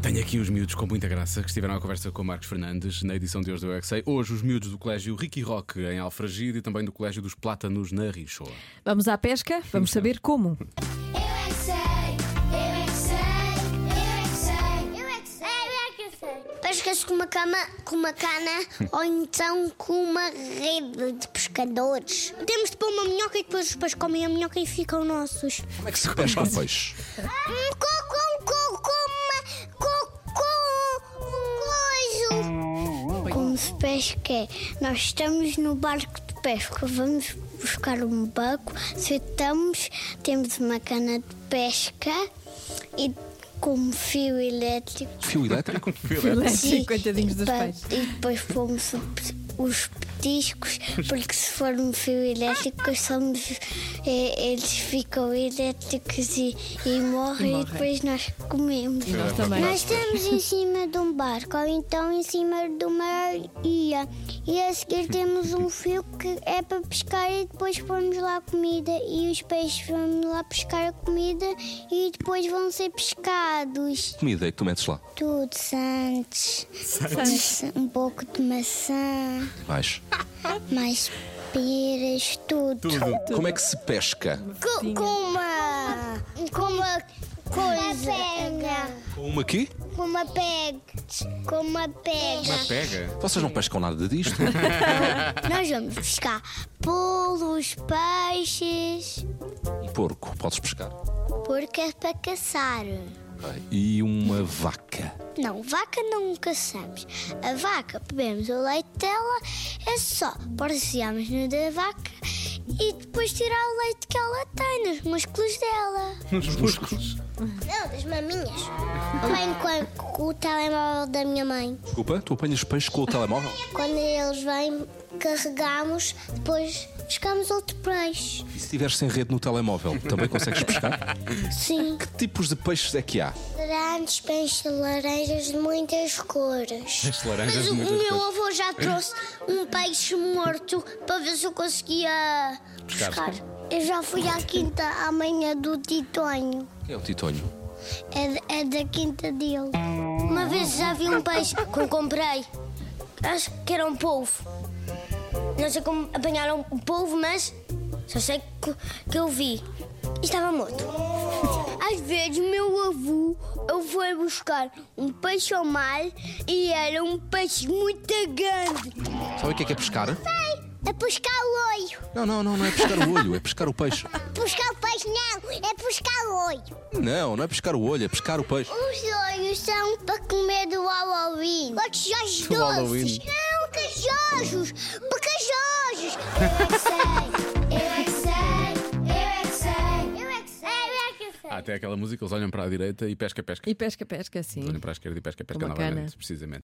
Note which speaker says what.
Speaker 1: Tenho aqui os miúdos com muita graça que estiveram à conversa com o Marcos Fernandes na edição de hoje do UXA. Hoje, os miúdos do Colégio Ricky Rock em Alfragide e também do Colégio dos Plátanos na Rinchoa.
Speaker 2: Vamos à pesca? Vamos saber como.
Speaker 3: Eu é que sei, eu é que sei, eu é que sei, eu é que sei, eu é que sei, eu é que sei. Pescas com uma, cama, com uma cana ou então com uma rede de pescadores. Temos de pôr uma minhoca e depois os pais comem a minhoca e ficam nossos.
Speaker 4: Como é que se pesca um peixe?
Speaker 3: Com, com, com, com, com, com, um coiso. Como se pesca é, nós estamos no barco de pesca, vamos buscar um barco, sentamos, temos uma cana de pesca e com um fio elétrico.
Speaker 4: Fio elétrico?
Speaker 2: Sim,
Speaker 3: Sim,
Speaker 2: coitadinhos dos
Speaker 3: e pa-
Speaker 2: pais.
Speaker 3: E depois pomos o pe- os petiscos, porque se for um fio elétrico, somos, eh, eles ficam elétricos e, e morrem e
Speaker 2: morrem.
Speaker 3: depois nós comemos.
Speaker 2: E nós também.
Speaker 3: Nós estamos em cima de um barco ou então em cima de uma ilha e a seguir temos um fio que é para pescar e depois pomos lá a comida e os peixes vão lá pescar a comida e depois vão ser pescados.
Speaker 4: Comida é que tu metes lá.
Speaker 3: Tudo, Santos. Um pouco de maçã,
Speaker 4: Mais.
Speaker 3: mais peras, tudo.
Speaker 4: Como é que se pesca?
Speaker 3: Com, uma. Com uma coisa.
Speaker 4: Com uma aqui?
Speaker 3: Com uma pega. Com uma pega.
Speaker 1: Uma pega?
Speaker 4: Vocês não pescam nada disto?
Speaker 3: Nós vamos pescar pulos, peixes,
Speaker 4: E Um porco, podes pescar.
Speaker 3: porque é para caçar.
Speaker 4: Ok. E uma vaca.
Speaker 3: Não, vaca não caçamos. A vaca, bebemos o leite dela, é só parciamos no da vaca e depois tirar o leite que ela tem nos músculos dela.
Speaker 1: Nos músculos.
Speaker 3: Não, das maminhas. Vem com, com o telemóvel da minha mãe.
Speaker 4: Desculpa, tu apanhas peixe com o telemóvel?
Speaker 3: Quando eles vêm, carregamos, depois pescamos outro peixe.
Speaker 4: E se estiveres sem rede no telemóvel, também consegues pescar?
Speaker 3: Sim.
Speaker 4: Que tipos de peixes é que há?
Speaker 3: Grandes peixes de laranjas de muitas cores.
Speaker 1: de laranjas
Speaker 3: Mas
Speaker 1: de
Speaker 3: o
Speaker 1: muitas
Speaker 3: meu avô já trouxe um peixe morto para ver se eu conseguia
Speaker 1: Pescar.
Speaker 3: pescar. Eu já fui à quinta amanhã do Titonho.
Speaker 4: Quem é o titonho?
Speaker 3: É, é da quinta dele. Uma vez já vi um peixe que eu comprei. Acho que era um polvo. Não sei como apanharam o polvo, mas só sei que, que eu vi. E estava morto. Às vezes, meu avô, eu fui buscar um peixe ao mar e era um peixe muito grande.
Speaker 4: Sabe o que é que é pescar?
Speaker 3: Sei, é pescar o olho.
Speaker 4: Não, não, não, não é pescar o olho, é pescar o peixe.
Speaker 3: Pescar o peixe não, é pescar o olho.
Speaker 4: Não, não é pescar o olho, é pescar o peixe.
Speaker 3: Os olhos são para comer do Halloween. Cacajóis
Speaker 1: Do Halloween.
Speaker 3: doces. Não, cajojos. Cajojos. Eu é que sei. Eu é que sei. Eu é que sei. Eu é que sei. Eu é que sei.
Speaker 1: Há até aquela música, eles olham para a direita e pesca, pesca.
Speaker 2: E pesca, pesca, sim.
Speaker 1: Olham para a esquerda e pesca, pesca
Speaker 2: Uma
Speaker 1: novamente,
Speaker 2: cana.
Speaker 1: precisamente.